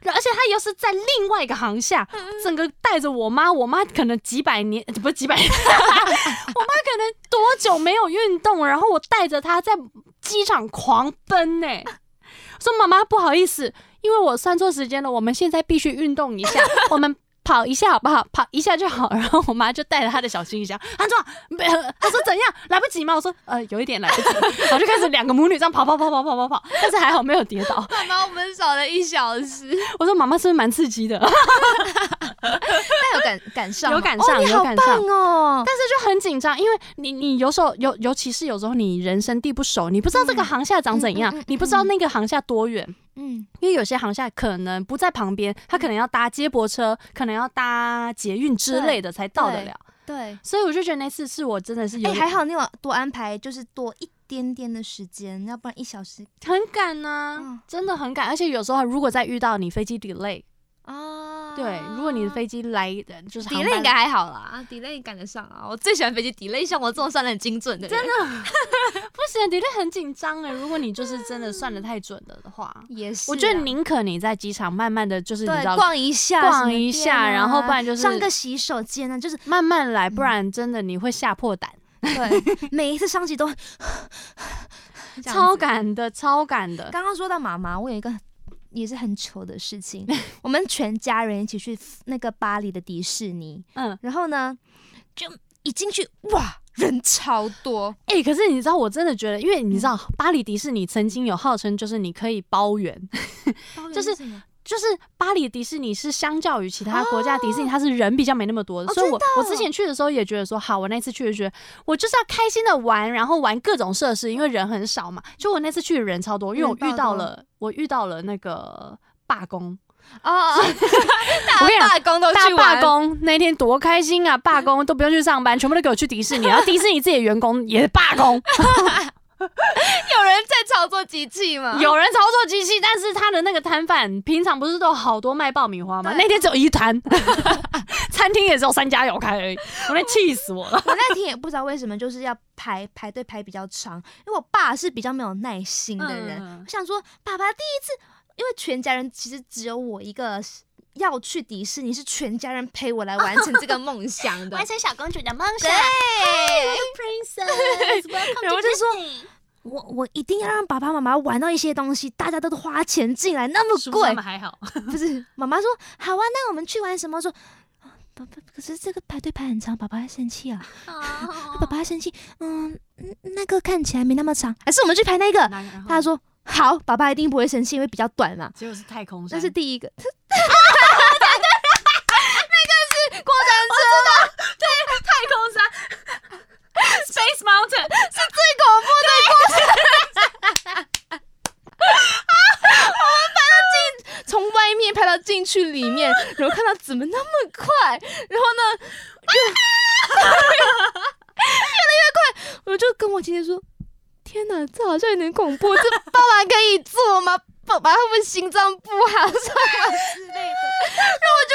Speaker 1: 然后而且他又是在另外一个航厦，整个带着我妈，我妈可能几百年 不是几百年，我妈可能多久没有运动，然后我带着她在机场狂奔呢、说妈妈不好意思，因为我算错时间了，我们现在必须运动一下， 我们。跑一下好不好？跑一下就好。然后我妈就带着她的小行李箱， 安装。没有她说怎样？来不及吗？我说呃，有一点来不及。 然后就开始两个母女这样跑跑跑跑跑跑跑，但是还好没有跌倒。
Speaker 2: 妈妈，我们少了一小时，
Speaker 1: 我说妈妈是不是蛮刺激的？
Speaker 2: 但有赶赶上吗，
Speaker 1: 有赶上，
Speaker 4: 哦你
Speaker 1: 有
Speaker 4: 好
Speaker 1: 赶上，
Speaker 4: 棒哦！
Speaker 1: 但是就很紧张，因为你你有时候有，尤其是有时候你人生地不熟，你不知道这个航厦长怎样，
Speaker 4: 嗯嗯嗯嗯
Speaker 1: 你不知道那个航厦多远，
Speaker 4: 嗯，
Speaker 1: 因为有些航厦可能不在旁边，它可能要搭接驳车，可能要搭捷运之类的才到得了。
Speaker 4: 对。
Speaker 1: 所以我就觉得那次是我真的是有
Speaker 4: 哎、
Speaker 1: 点、
Speaker 4: 还好你有多安排，就是多一点点的时间，要不然一小时
Speaker 1: 很赶呐、
Speaker 4: 嗯
Speaker 1: 真的很赶。而且有时候如果再遇到你飞机 delay，、
Speaker 4: 啊。
Speaker 1: 对，如果你的飞机来就是航
Speaker 2: delay
Speaker 1: 班
Speaker 2: 应该还好啦啊，delay 赶得上啊！我最喜欢飞机 delay，像我这种算的很精准的人，真的
Speaker 1: 不行，delay 很紧张哎。如果你就是真的算的太准了的话，
Speaker 2: 也是啊。
Speaker 1: 我觉得宁可你在机场慢慢的就是你知
Speaker 4: 对
Speaker 1: 道
Speaker 4: 逛一下，
Speaker 1: 逛
Speaker 4: 什么
Speaker 1: 一
Speaker 4: 店
Speaker 1: 下然后
Speaker 4: 啊
Speaker 1: 不然就是
Speaker 4: 上个洗手间啊，就是
Speaker 1: 慢慢来，不然真的你会吓破胆，
Speaker 4: 对每一次上机都
Speaker 2: 这样子
Speaker 1: 超赶的，超赶的。
Speaker 4: 刚刚说到妈妈，我有一个也是很糗的事情，我们全家人一起去那个巴黎的迪士尼，
Speaker 1: 嗯，
Speaker 4: 然后呢，就一进去哇，人超多，
Speaker 1: 哎、可是你知道，我真的觉得，因为你知道，巴黎迪士尼曾经有号称就是你可以包圆， 就是
Speaker 4: 什么
Speaker 1: 就是巴黎迪士尼是相较于其他国家迪士尼，它是人比较没那么啊多的，
Speaker 4: 哦
Speaker 1: 所以
Speaker 4: 真
Speaker 1: 我我之前去的时候也觉得说，好，我那次去就觉得我就是要开心的玩，然后玩各种设施，因为人很少嘛。就我那次去的人超多，因为我
Speaker 4: 人
Speaker 1: 遇
Speaker 4: 爆
Speaker 1: 到
Speaker 4: 多
Speaker 1: 了我遇到了那个罢工，
Speaker 2: 哦， 哦
Speaker 1: 我跟你讲
Speaker 2: 大家罢工都
Speaker 1: 大
Speaker 2: 去
Speaker 1: 罢
Speaker 2: 玩，
Speaker 1: 工那天多开心
Speaker 4: 嗯
Speaker 1: 啊！罢工都不用去上班，全部都给我去迪士尼，然后 迪士尼自己的员工也罢工，
Speaker 2: 有人在操作机器
Speaker 4: 啊
Speaker 2: 吗？
Speaker 1: 有人操作机器，但是他的那个摊贩平常不是都有好多卖爆米花吗？
Speaker 2: 对
Speaker 1: 那天只有一摊， 餐厅也只有三家有开而已，我那气死我了。
Speaker 4: 我那天也不知道为什么，就是要排排队排比较长，因为我爸是比较没有耐心的人，
Speaker 1: 嗯
Speaker 4: 我想说爸爸第一次，因为全家人其实只有我一个要去迪士尼，是全家人陪我来完成这个梦想
Speaker 1: 哎
Speaker 4: 的，
Speaker 2: 成小公主的梦
Speaker 4: 对，
Speaker 1: 然后就说
Speaker 4: 我我一定要让爸爸妈妈玩到一些东西，大家都花钱进来，那么
Speaker 1: 贵
Speaker 4: 贵，啊
Speaker 1: 还好，
Speaker 4: 不是？妈妈说好啊，那我们去玩什么？我说。爸爸，可是这个排队排很长，爸爸会生气啊！爸爸会生气。嗯，嗯那个看起来没那么长，还是我们去排那个？他
Speaker 1: 他说
Speaker 4: 说好，爸爸一定不会生气，因为比较短嘛。
Speaker 1: 结果是太空山，
Speaker 4: 那是第一 个，
Speaker 1: 太空山 ，Space Mountain 是
Speaker 4: 从外面拍到进去里面，然后看到怎么那么快，然后呢， 越越来越快，我就跟我姐姐说：“天哪，这好像有点恐怖，这
Speaker 2: 爸爸可以做吗？爸爸会不会心脏不好？
Speaker 4: 之类的。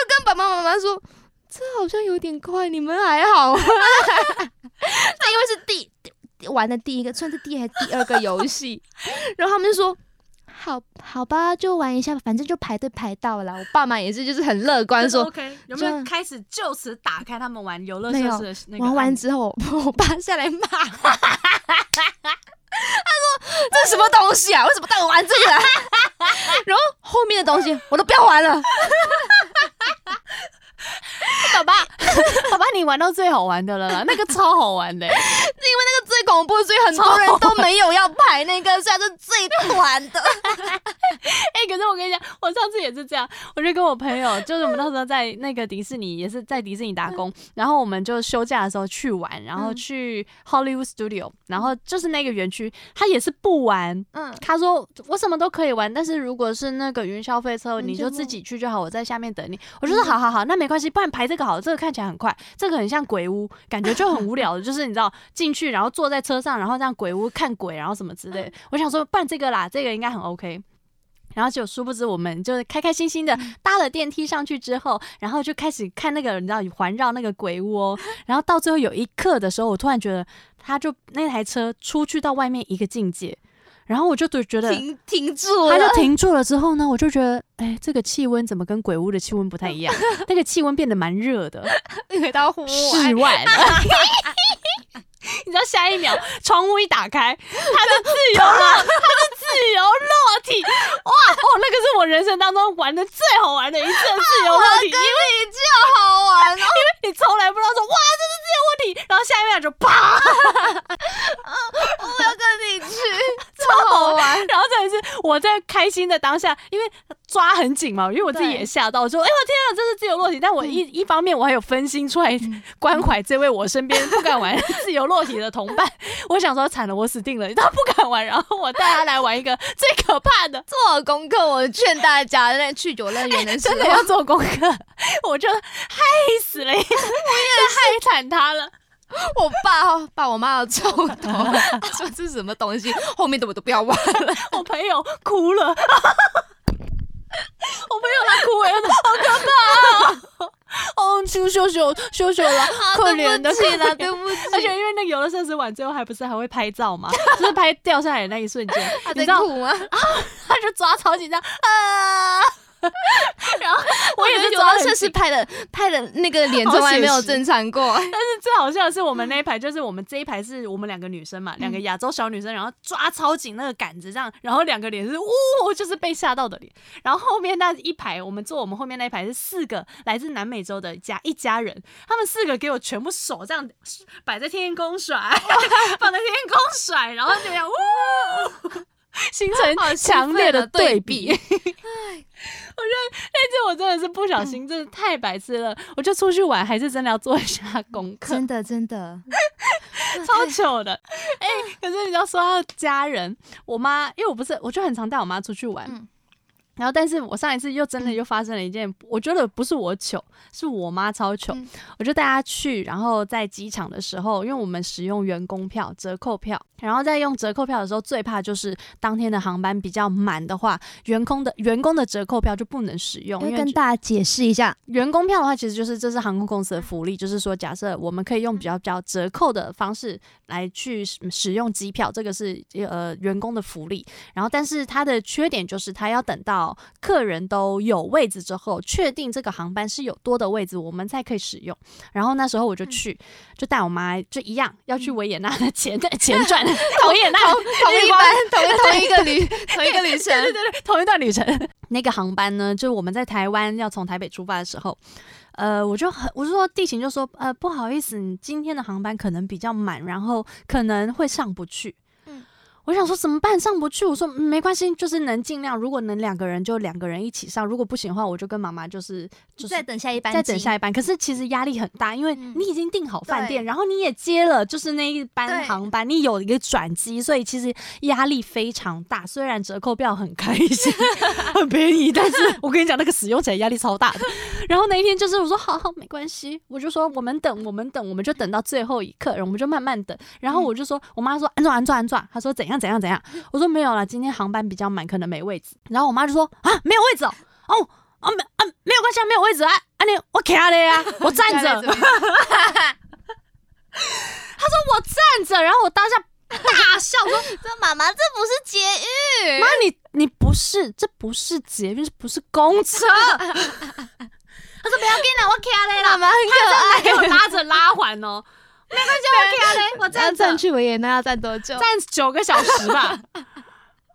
Speaker 2: 跟爸爸妈妈说，
Speaker 4: 这好像有点快，你们还好啊 吗？”那因为是第第玩的第一个，算是第还是第二个游戏， 然后他们就说。好好吧，就玩一下吧，反正就排队排到了。我爸妈也是，就是很乐观说，
Speaker 1: OK，有没有
Speaker 4: 这
Speaker 1: 开始就此打开他们玩游乐
Speaker 4: 没有
Speaker 1: 设施的那个
Speaker 4: 玩
Speaker 1: 按
Speaker 4: 完
Speaker 1: 钮
Speaker 4: 之后， 我我爸下来骂，他 说：“这什么东西啊？为什么带我玩这个、 啊？”然后后面的东西我都不要玩了。
Speaker 1: 爸爸， 爸爸，你玩到最好玩的了啦，那个超好玩的、
Speaker 2: 最恐怖，所以很多人都没有要排那个，虽然是最短的。
Speaker 1: 哎、可是我跟你讲，我上次也是这样，我就跟我朋友，就是我们那时候在那个迪士尼，也是在迪士尼打工，然后我们就休假的时候去玩，然后
Speaker 4: 嗯
Speaker 1: 去 Hollywood Studio，然后就是那个园区，他也是不玩。
Speaker 4: 嗯，
Speaker 1: 他说我什么都可以玩，但是如果是那个云霄飞车，
Speaker 4: 嗯
Speaker 1: 你
Speaker 4: 就
Speaker 1: 就
Speaker 4: 不
Speaker 1: 自己去就好，我在下面等你。我就说好好好，那没关系，不然排这个好了，这个看起来很快，这个很像鬼屋，感觉就很无聊的，就是你知道进去然后坐在车上，然后这样鬼屋看鬼，然后什么之类的。我想说办这个啦，这个应该很 OK。然后结果殊不知，我们就是开开心心的搭了电梯上去之后，然后就开始看那个你知道环绕那个鬼屋哦。 然后到最后有一刻的时候，我突然觉得，他就那台车出去到外面一个境界，然后我就觉得
Speaker 2: 停停住
Speaker 1: 他
Speaker 2: 了
Speaker 1: 就，停住了之后呢，我就觉得，哎，这个气温怎么跟鬼屋的气温不太 一样？那个气温变得蛮热的，
Speaker 2: 因为到户
Speaker 1: 室
Speaker 2: 外，
Speaker 1: 外了。 你知道下一秒窗户一打开，他就自由 了，他就自由落体，哇哦，那个是我人生当中玩的最好玩的一次自由落体，因为
Speaker 2: 你这样好玩哦，
Speaker 1: 你从来不知道说哇这是自由落体，然后下一秒就啪。
Speaker 2: 我要跟你去，超好玩。
Speaker 1: 然后真的是我在开心的当下，因为抓很紧嘛，因为我自己也吓到，我说：“哎呦天啊，这是自由落体！”但
Speaker 2: 嗯
Speaker 1: 我一、一方面我还有分心出来关怀这位我身边不敢玩 自由落体的同伴，我想说惨了，我死定了，他不敢玩，然后我带他来玩一个最可怕的，
Speaker 2: 做好功课，我劝大家那去游乐园的时
Speaker 1: 真的
Speaker 2: 候，
Speaker 1: 要做功课， 我就害死了，我也 害惨他了。
Speaker 2: 我爸把我妈的臭头，他说这是什么东西，后面的我都不要玩。
Speaker 1: 我朋友哭了，我朋友他哭了，好可怕、哦！哦，求秀秀秀秀了，可怜的，
Speaker 2: 对不起
Speaker 1: 可
Speaker 2: 啦，
Speaker 1: 怜
Speaker 2: 对不
Speaker 1: 而
Speaker 2: 起
Speaker 1: 且。因为那个游乐设施玩最后还不是还会拍照 嘛，就是拍掉下来的那一瞬间，
Speaker 2: 他
Speaker 1: 你
Speaker 2: 在
Speaker 1: 知道啊
Speaker 2: 哭吗？
Speaker 1: 他就抓超紧张 啊，然后我也是
Speaker 2: 觉
Speaker 1: 抓
Speaker 2: 得
Speaker 1: 得
Speaker 2: 设
Speaker 1: 很
Speaker 2: 施
Speaker 1: 紧。
Speaker 2: 拍的拍的那个脸从来没有正常过，
Speaker 1: 但是最好笑的是，我们那一排就是我们这一排是我们两个女生嘛，两个亚洲小女生，然后抓超紧那个杆子这样，然后两个脸是呜，就是被吓到的脸。然后后面那一排，我们坐我们后面那一排是四个来自南美洲的家一家人，他们四个给我全部手这样摆在天空甩， 放在天空甩，然后就这样呜，形成
Speaker 2: 好兴奋
Speaker 1: 强烈的
Speaker 2: 的对
Speaker 1: 啊对比。我觉得那次我真的是不小心，真的太白痴了。我就出去玩，还是真的要做一下功课
Speaker 4: 真，的真的，
Speaker 1: 超糗的。 哎、可是你要说到家人，我妈，因为我不是，我就很常带我妈出去玩。
Speaker 2: 嗯
Speaker 1: 然后，但是我上一次又真的又发生了一件，我觉得不是我糗，是我妈超糗。
Speaker 2: 嗯
Speaker 1: 我就带她去，然后在机场的时候，因为我们使用员工票、折扣票，然后在用折扣票的时候，最怕就是当天的航班比较满的话，员工的员工的折扣票就不能使用，
Speaker 4: 要
Speaker 1: 因为
Speaker 4: 跟大家解释一下，
Speaker 1: 员工票的话，其实就是这是航空公司的福利，就是说，假设我们可以用比较比较折扣的方式来去使使用机票，这个是呃员工的福利。然后，但是它的缺点就是，它要等到客人都有位置之后，确定这个航班是有多的位置，我们才可以使用。然后那时候我就去，就带我妈就一样要去维也纳的 前前传，维也 纳
Speaker 2: 同一班同同一个旅同一个旅程，
Speaker 1: 对对对， 同一段旅程。那个航班呢，就我们在台湾要从台北出发的时候，呃，我就很，我就说地勤就说，呃，不好意思，你今天的航班可能比较满，然后可能会上不去。
Speaker 2: 嗯
Speaker 1: 我想说怎么办？上不去，我说、嗯没关系，就是能尽量。如果能两个人就两个人一起上，如果不行的话，我就跟妈妈就是就是
Speaker 4: 再等下一班
Speaker 1: 再等下一班。可是其实压力很大，因为
Speaker 2: 嗯
Speaker 1: 你已经订好饭店，
Speaker 2: 对
Speaker 1: 然后你也接了就是那一班
Speaker 2: 对
Speaker 1: 航班，你有一个转机，所以其实压力非常大。虽然折扣票很开心，很便宜，但是我跟你讲，那个使用起来压力超大的。 然后那一天就是我说好好没关系，我就说我们等我们等，我们就等到最后一刻，我们就慢慢等。然后我就说，我妈说安装安装安装，她说怎样怎样怎样，我说没有啦，今天航班比较满，可能没位置。然后我妈就说啊没有位置哦，哦啊没啊没有关系啊，没有位置啊，啊你我卡了呀，我站着， 她
Speaker 2: 站
Speaker 1: 说我站着，然后我当下大笑我说
Speaker 2: 这妈妈这不是节育
Speaker 1: 妈，你你不是，这不是捷运，这不是公车。 他说不要紧啦，我卡嘞
Speaker 2: 妈
Speaker 1: 啦，
Speaker 2: 妈很可爱。
Speaker 1: 还给我拉着拉环哦，没关系，我卡嘞，我站着
Speaker 2: 站去维也纳要站多久？
Speaker 1: 站九个小时 吧。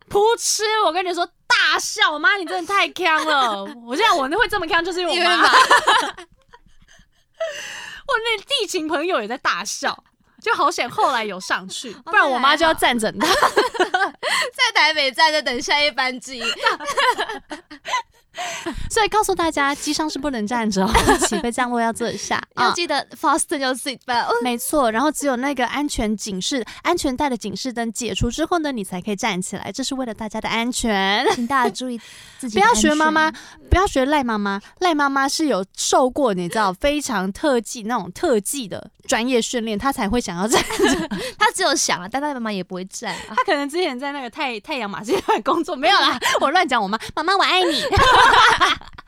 Speaker 1: 噗嗤！我跟你说，大笑，妈，你真的太坑了！我现在我会这么坑，就是因为我
Speaker 2: 因为
Speaker 1: 妈。
Speaker 2: 妈
Speaker 1: 我那地勤朋友也在大笑，就好险后来有上 去，不然我妈就要站着她。
Speaker 2: 嗯在台北站着等下一班机，
Speaker 1: 所以告诉大家，机上是不能站着哦，起飞降落要坐 下
Speaker 2: 要
Speaker 1: 啊。
Speaker 2: 记得 fasten your seat belt。
Speaker 1: 没错，然后只有那个安全警示、安全带的警示灯解除之后呢，你才可以站起来，这是为了大家的安全。
Speaker 4: 请大家注意 自己
Speaker 1: 不
Speaker 4: 的
Speaker 1: 要
Speaker 4: 安全。
Speaker 1: 学妈妈，不要学赖妈妈。赖妈妈是有受过你知道非常特技那种特技的专业训练，她才会想要站。
Speaker 2: 他只有想啊，但他妈妈也不会站啊。
Speaker 1: 她可能之前在那个太太阳马戏团工作，没有啦， 我乱讲。我妈，妈妈我爱 你，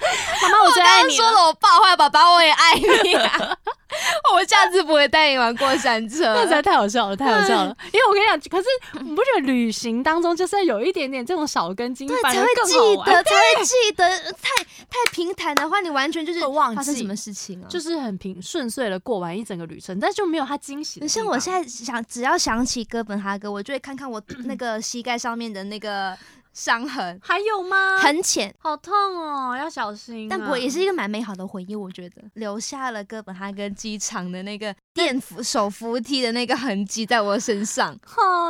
Speaker 1: 妈妈我最爱
Speaker 2: 刚刚
Speaker 1: 你
Speaker 2: 说
Speaker 1: 了。
Speaker 2: 了我爸坏，爸爸我也爱你、啊。 我下次不会带你玩过山车
Speaker 1: 那实。在太好笑了，太好 笑了！因为我跟你讲，可是你不觉得旅行当中就是要有一点点这种小跟筋，
Speaker 2: 对，
Speaker 1: 反
Speaker 2: 才
Speaker 1: 而
Speaker 2: 会
Speaker 1: 更
Speaker 2: 记
Speaker 1: 好玩，
Speaker 2: 得，才会记得。太太平坦的话，你完全就是
Speaker 1: 会忘
Speaker 2: 发生什
Speaker 1: 记
Speaker 2: 么事情啊？
Speaker 1: 就是很平顺遂的过完一整个旅程，但就没有它惊喜的地方。
Speaker 2: 像
Speaker 4: 我现在想，只要想起哥本哈根，我就会看看我
Speaker 2: 那个膝盖上面的那个伤痕
Speaker 1: 还有吗？
Speaker 2: 很浅，
Speaker 1: 好痛哦，要小心啊、
Speaker 2: 但不过也是一个蛮美啊好的回忆，我觉得留下了哥本哈根机场的那个电扶手扶梯的那个痕迹在我身上。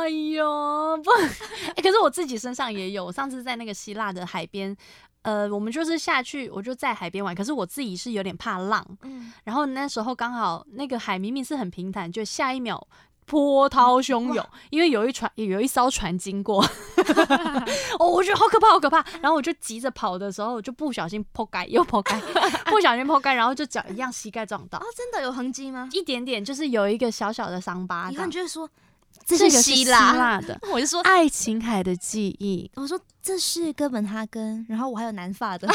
Speaker 1: 哎呦， 不、欸可是我自己身上也有。我上次在那个希腊的海边，呃，我们就是下去，我就在海边玩。可是我自己是有点怕浪，
Speaker 2: 嗯，
Speaker 1: 然后那时候刚好那个海明明是很平坦，就下一秒。波涛汹涌，因为有一船有一艘船经 过，哦，我觉得好可怕，好可怕。然后我就急着跑的时候，我就不小心破盖，又破盖，不小心破盖，然后就脚一样膝盖撞到
Speaker 2: 哦，，真的有痕迹吗？
Speaker 1: 一点点，就是有一个小小的伤
Speaker 4: 啊，
Speaker 1: 疤
Speaker 2: 你
Speaker 1: 这
Speaker 2: 看
Speaker 1: 样。
Speaker 2: 就会说，
Speaker 1: 这
Speaker 2: 是
Speaker 1: 个
Speaker 2: 希
Speaker 1: 希
Speaker 2: 腊
Speaker 1: 腊的，
Speaker 2: 我就说
Speaker 1: 爱琴海的记忆
Speaker 4: 我说这是哥本哈根，然后我还有南 法的，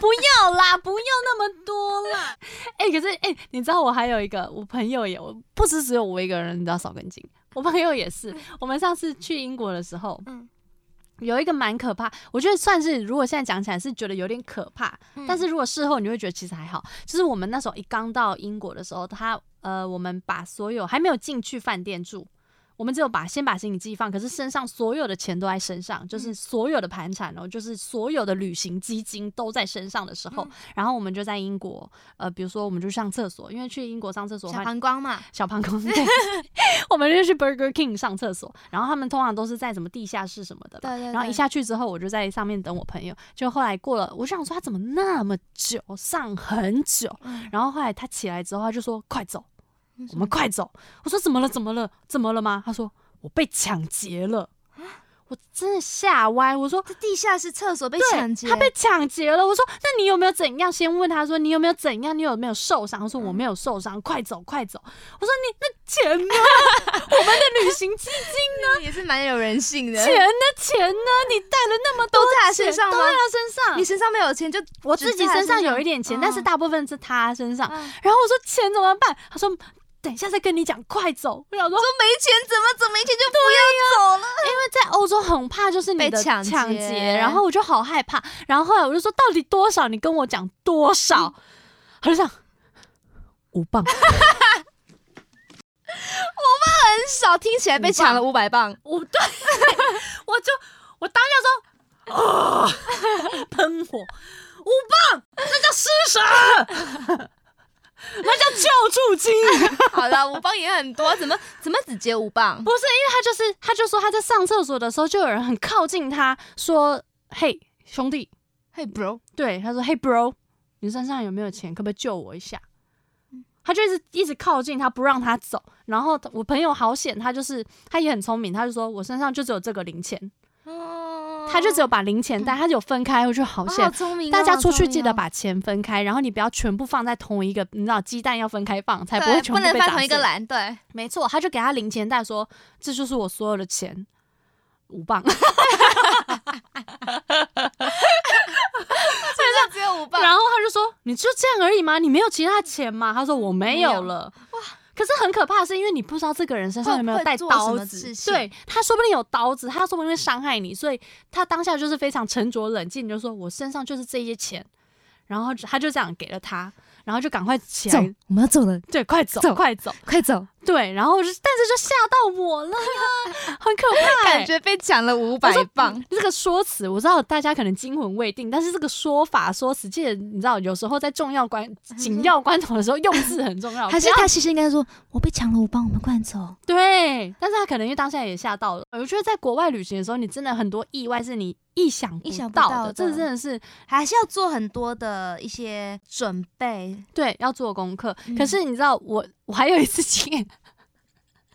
Speaker 1: 不要啦，不要那么多啦。 哎、可是哎、你知道我还有一个，我朋友也，我不是只有我一个人，你知道少根筋，我朋友也是。我们上次去英国的时候，
Speaker 2: 嗯
Speaker 1: 有一个蛮可怕，我觉得算是，如果现在讲起来是觉得有点可怕，
Speaker 2: 嗯
Speaker 1: 但是如果事后你会觉得其实还好。就是我们那时候一刚到英国的时候，他呃，我们把所有还没有进去饭店住，我们只有把先把行李寄放，可是身上所有的钱都在身上，
Speaker 2: 嗯
Speaker 1: 就是所有的盘缠哦，就是所有的旅行基金都在身上的时
Speaker 2: 嗯
Speaker 1: 候，然后我们就在英国，呃，比如说我们就上厕所，因为去英国上厕所的
Speaker 2: 小
Speaker 1: 话，
Speaker 2: 膀胱嘛，
Speaker 1: 小胖公 对，我们就去 Burger King 上厕所，然后他们通常都是在什么地下室什么的嘛，
Speaker 2: 对对
Speaker 1: 然后一
Speaker 2: 对
Speaker 1: 下去之后，我就在上面等我朋友。就后来过了，我就想说他怎么那么久，上很久。
Speaker 2: 嗯
Speaker 1: 然后后来他起来之后，他就说：“快走，我们快走。”我说：“怎么了？怎么了？怎么了吗？”他说：“我被抢劫了。”
Speaker 2: 啊
Speaker 1: 我真的吓歪，我说
Speaker 2: 这地下室厕所被
Speaker 1: 对
Speaker 2: 抢劫，
Speaker 1: 他被抢劫了。我说，那你有没有怎样？先问他说，你有没有怎样？你有没有受伤？他
Speaker 2: 嗯
Speaker 1: 说我没有受伤，快走，快走。我说你那钱呢？我们的旅行基金
Speaker 2: 也是蛮有人性的。
Speaker 1: 钱呢？钱呢？你带了那么多
Speaker 2: 都在他
Speaker 1: 钱
Speaker 2: 身上
Speaker 1: 都
Speaker 2: 吗
Speaker 1: 在他身上。
Speaker 2: 你身上没有钱就
Speaker 1: 我自己身上有一点钱，但是大部分是他身
Speaker 2: 嗯
Speaker 1: 上。然后我说钱怎么办？他说等一下再跟你讲，快走。我想说
Speaker 2: 说没钱怎么怎么没钱就不要走了。
Speaker 1: 在欧洲很怕就是你
Speaker 2: 被
Speaker 1: 的
Speaker 2: 抢劫
Speaker 1: 抢然后我就好害怕。然后后来我就说，到底多少？你跟我讲多
Speaker 2: 嗯
Speaker 1: 少？他就这样，五 磅，
Speaker 2: 很少听起来被抢了五百磅，
Speaker 1: 五对，我就我当下说，啊，喷火，五磅，那叫施舍， 那叫救助金。
Speaker 2: 好啦，五磅也很多，怎么怎么只接五磅？
Speaker 1: 不是，因为他就是，他就说他在上厕所的时候，就有人很靠近他，说：“嘿，兄弟，
Speaker 2: 嘿、bro，
Speaker 1: 对，他说：“嘿，bro，你身上有没有钱？可不可以救我一下？”
Speaker 2: 嗯
Speaker 1: 他就一直一直靠近他，不让他走。然后我朋友好险，他就是他也很聪明，他就说我身上就只有这个零钱，他就只有把零钱带，他有分开，我觉得好
Speaker 2: 嗯哦
Speaker 1: 险。
Speaker 2: 好聪明哦、
Speaker 1: 大家出
Speaker 2: 好聪
Speaker 1: 去
Speaker 2: 明
Speaker 1: 记得
Speaker 2: 哦
Speaker 1: 把钱分开，然后你不要全部放在同一个，你知道鸡蛋要分开放，
Speaker 4: 哎
Speaker 1: 才不会
Speaker 2: 对
Speaker 1: 全
Speaker 2: 不
Speaker 1: 部
Speaker 2: 能
Speaker 1: 被
Speaker 2: 放
Speaker 1: 打
Speaker 2: 同一
Speaker 1: 碎
Speaker 2: 个篮，对，
Speaker 1: 没错，他就给他零钱袋说：“这就是我所有的钱，五磅。
Speaker 2: 真的只有五” 磅，
Speaker 1: 然后他就说：“你就这样而已吗？你没有其他钱吗？”他说：“我没有了。”可是很可怕的是，因为你不知道这个人身上
Speaker 2: 会
Speaker 1: 有没有
Speaker 2: 会
Speaker 1: 带
Speaker 2: 做什
Speaker 1: 刀
Speaker 2: 么
Speaker 1: 子
Speaker 2: 事，情
Speaker 1: 对他说不定有刀子，他说不定会伤害你，所以他当下就是非常沉着冷静，就说：“我身上就是这些钱。”然后他就这样给了他，然后就赶快起
Speaker 4: 走
Speaker 1: 来，
Speaker 4: 我们要走了，
Speaker 1: 对，快走，
Speaker 4: 走
Speaker 1: 快走。
Speaker 4: 快走！
Speaker 1: 对，然后我就但是就吓到我了， 很可怕、
Speaker 2: 感
Speaker 1: 欸。
Speaker 2: 觉被抢了五百磅。
Speaker 1: 这个说辞我知道大家可能惊魂未定，但是这个说法说辞，记得你知道，有时候在重要关紧要关头的时候用字很重要，
Speaker 4: 还是
Speaker 1: 不要
Speaker 4: 他其实应该说，我被抢了，我帮我们灌走。
Speaker 1: 对，但是他可能因为当下也吓到了。我觉得在国外旅行的时候，你真的很多意外是你意想
Speaker 2: 意想不
Speaker 1: 到
Speaker 2: 到的
Speaker 1: 这真的是
Speaker 2: 还是要做很多的一些准备，
Speaker 1: 对要做功课。
Speaker 2: 嗯
Speaker 1: 可是你知道我 我还有一次经验，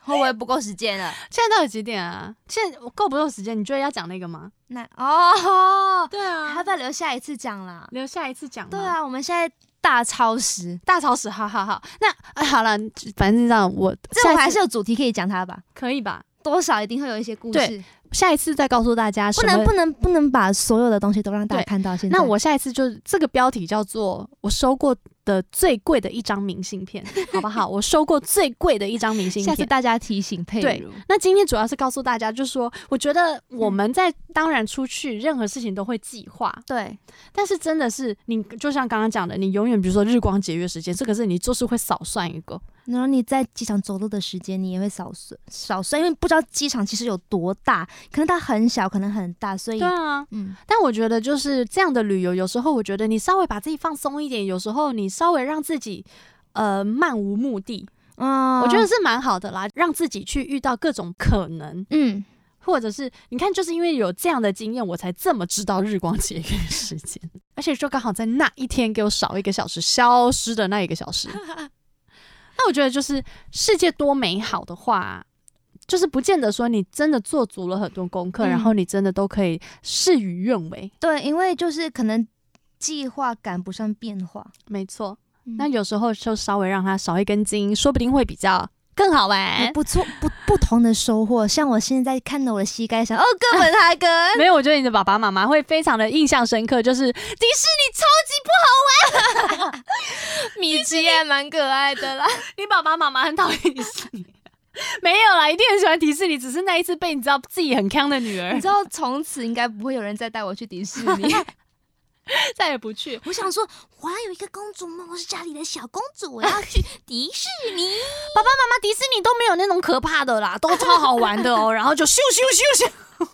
Speaker 2: 会不会不够时间了？
Speaker 1: 现在到底几点啊？现在我够不够时间？你觉得要讲那个吗？
Speaker 2: 那哦，
Speaker 1: 对啊
Speaker 2: 还要不要留下一次讲啦？
Speaker 1: 留下一次
Speaker 4: 嗯
Speaker 1: 讲吗。
Speaker 2: 对啊，我们现在大超时，
Speaker 1: 大超市，好好好，那、哎好了，反正这样我
Speaker 2: 这我
Speaker 1: 下
Speaker 2: 还
Speaker 1: 一
Speaker 2: 是
Speaker 1: 次
Speaker 2: 有主题可以讲它吧？
Speaker 1: 可以吧？
Speaker 2: 多少一定会有一些故
Speaker 1: 对
Speaker 2: 事。
Speaker 1: 下一次再告诉大家什
Speaker 4: 不
Speaker 1: 么嗯
Speaker 4: 能不能不能把所有的东西都让大家
Speaker 1: 对
Speaker 4: 看到。现在，
Speaker 1: 那我下一次就这个标题叫做“我收过的最贵的一张明信 片”，好不好？我收过最贵的一张明信
Speaker 2: 下次
Speaker 1: 片。
Speaker 2: 大家提醒佩
Speaker 1: 对
Speaker 2: 如，
Speaker 1: 那今天主要是告诉大家，就是说，我觉得我们在当然出去，任何事情都会计划，
Speaker 2: 对，
Speaker 1: 但是真的是你，就像刚刚讲的，你永远比如说日光节约时间，这个是你就是会少算一个。
Speaker 4: 然后你在机场走路的时间，你也会少算少算，因为不知道机场其实有多大，可能它很小，可能很大，所以
Speaker 1: 对啊，
Speaker 2: 嗯，
Speaker 1: 但我觉得就是这样的旅游，有时候我觉得你稍微把自己放松一点，有时候你稍微让自己。呃，漫无目的，
Speaker 4: 嗯，
Speaker 1: 我觉得是蛮好的啦，让自己去遇到各种可能，
Speaker 4: 嗯，
Speaker 1: 或者是你看，就是因为有这样的经验，我才这么知道日光节约时间， 而且就刚好在那一天给我少一个小时，消失的那一个小时。 那我觉得就是世界多美好的话，就是不见得说你真的做足了很多功课，
Speaker 4: 嗯
Speaker 1: 然后你真的都可以事与愿违。
Speaker 4: 对，因为就是可能计划赶不上变化。
Speaker 1: 没错，
Speaker 4: 嗯
Speaker 1: 那有时候就稍微让它少一根筋，说不定会比较更好玩
Speaker 4: 有。不错不不同的收获，像我现在看到我的膝盖想，哦，哥本哈根，
Speaker 1: 没有，我觉得你的爸爸妈妈会非常的印象深刻，就是迪士尼超级
Speaker 2: 米奇也蛮可爱的啦。
Speaker 1: 不， 你爸爸妈妈很讨厌迪士尼。 没有啦，一定很喜欢迪士尼，只是那一次被你知道自己很坑的女儿
Speaker 2: 你知道，从此应该不会有人再带我去迪士 尼。
Speaker 1: 再也不去。
Speaker 4: 我想说，我要有一个公主梦，我是家里的小公主，我要去迪士尼。
Speaker 1: 妈妈，迪士尼都没有那种可怕的啦，都超好玩的 哦。然后就咻 咻咻咻，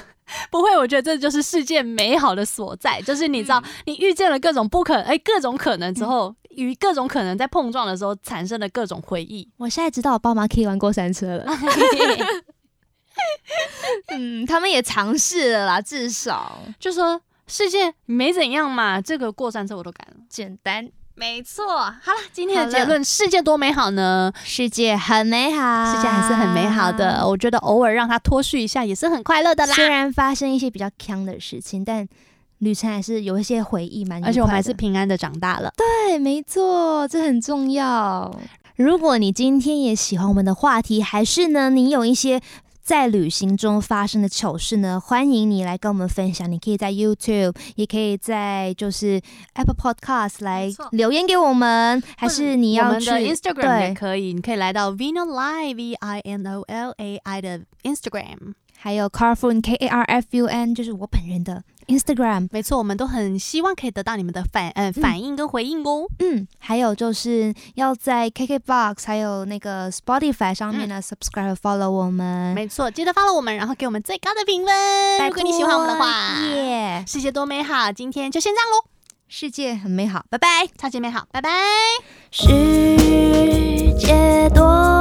Speaker 1: 嗯不会，我觉得这就是世界美好的所在，就是你知道，你遇见了各种不可哎、各种可能之后，与各种可能在碰撞的时候产生的各种回 忆。
Speaker 4: 我现在知道我爸妈可以玩过山 车了。
Speaker 2: 嗯，他们也尝试了啦，至少
Speaker 1: 就说世界没怎样嘛，这个过山车我都敢了。
Speaker 2: 简单。
Speaker 1: 没错，好了，今天的
Speaker 2: 好了
Speaker 1: 结论，世界多美好呢？
Speaker 2: 世界很美好，
Speaker 1: 世界还是很美好的，。我觉得偶尔让它脱序一下也是很快乐的啦。
Speaker 4: 虽然发生一些比较坑的事情，但旅程还是有一些回忆蛮愉快的。
Speaker 1: 而且我们还是平安的长大了。
Speaker 4: 对，没错，这很重要。如果你今天也喜欢我们的话题，还是呢，你有一些。在旅行中发生的糗事呢，欢迎你来跟我们分享。你可以在 YouTube，也可以在就是 Apple Podcast 来
Speaker 1: 没错
Speaker 4: 留言给我们，还
Speaker 1: 或者
Speaker 4: 是你
Speaker 1: 我
Speaker 4: 要
Speaker 1: 们
Speaker 4: 去
Speaker 1: 的 Instagram
Speaker 4: 对
Speaker 1: 也可以，你可以来到 Vino Lai V I N O L A I 的 Instagram。
Speaker 4: 还有 Carfun K A R F U N，就是我本人的 Instagram。
Speaker 1: 没错，我们都很希望可以得到你们的反呃反应跟回应哦。
Speaker 4: 嗯，还有就是要在 KKBox 还有那个 Spotify 上面呢、subscribe follow 我们。
Speaker 1: 嗯没错，记得 follow 我们，然后给我们最高的评分。
Speaker 4: 拜
Speaker 1: 如果你喜欢我们的
Speaker 4: 托啊
Speaker 1: 话，
Speaker 4: 耶、
Speaker 1: 世界多美好，今天就先这样喽，
Speaker 4: 世界很美好，拜拜。
Speaker 1: 超级美好，拜拜。
Speaker 4: 世界多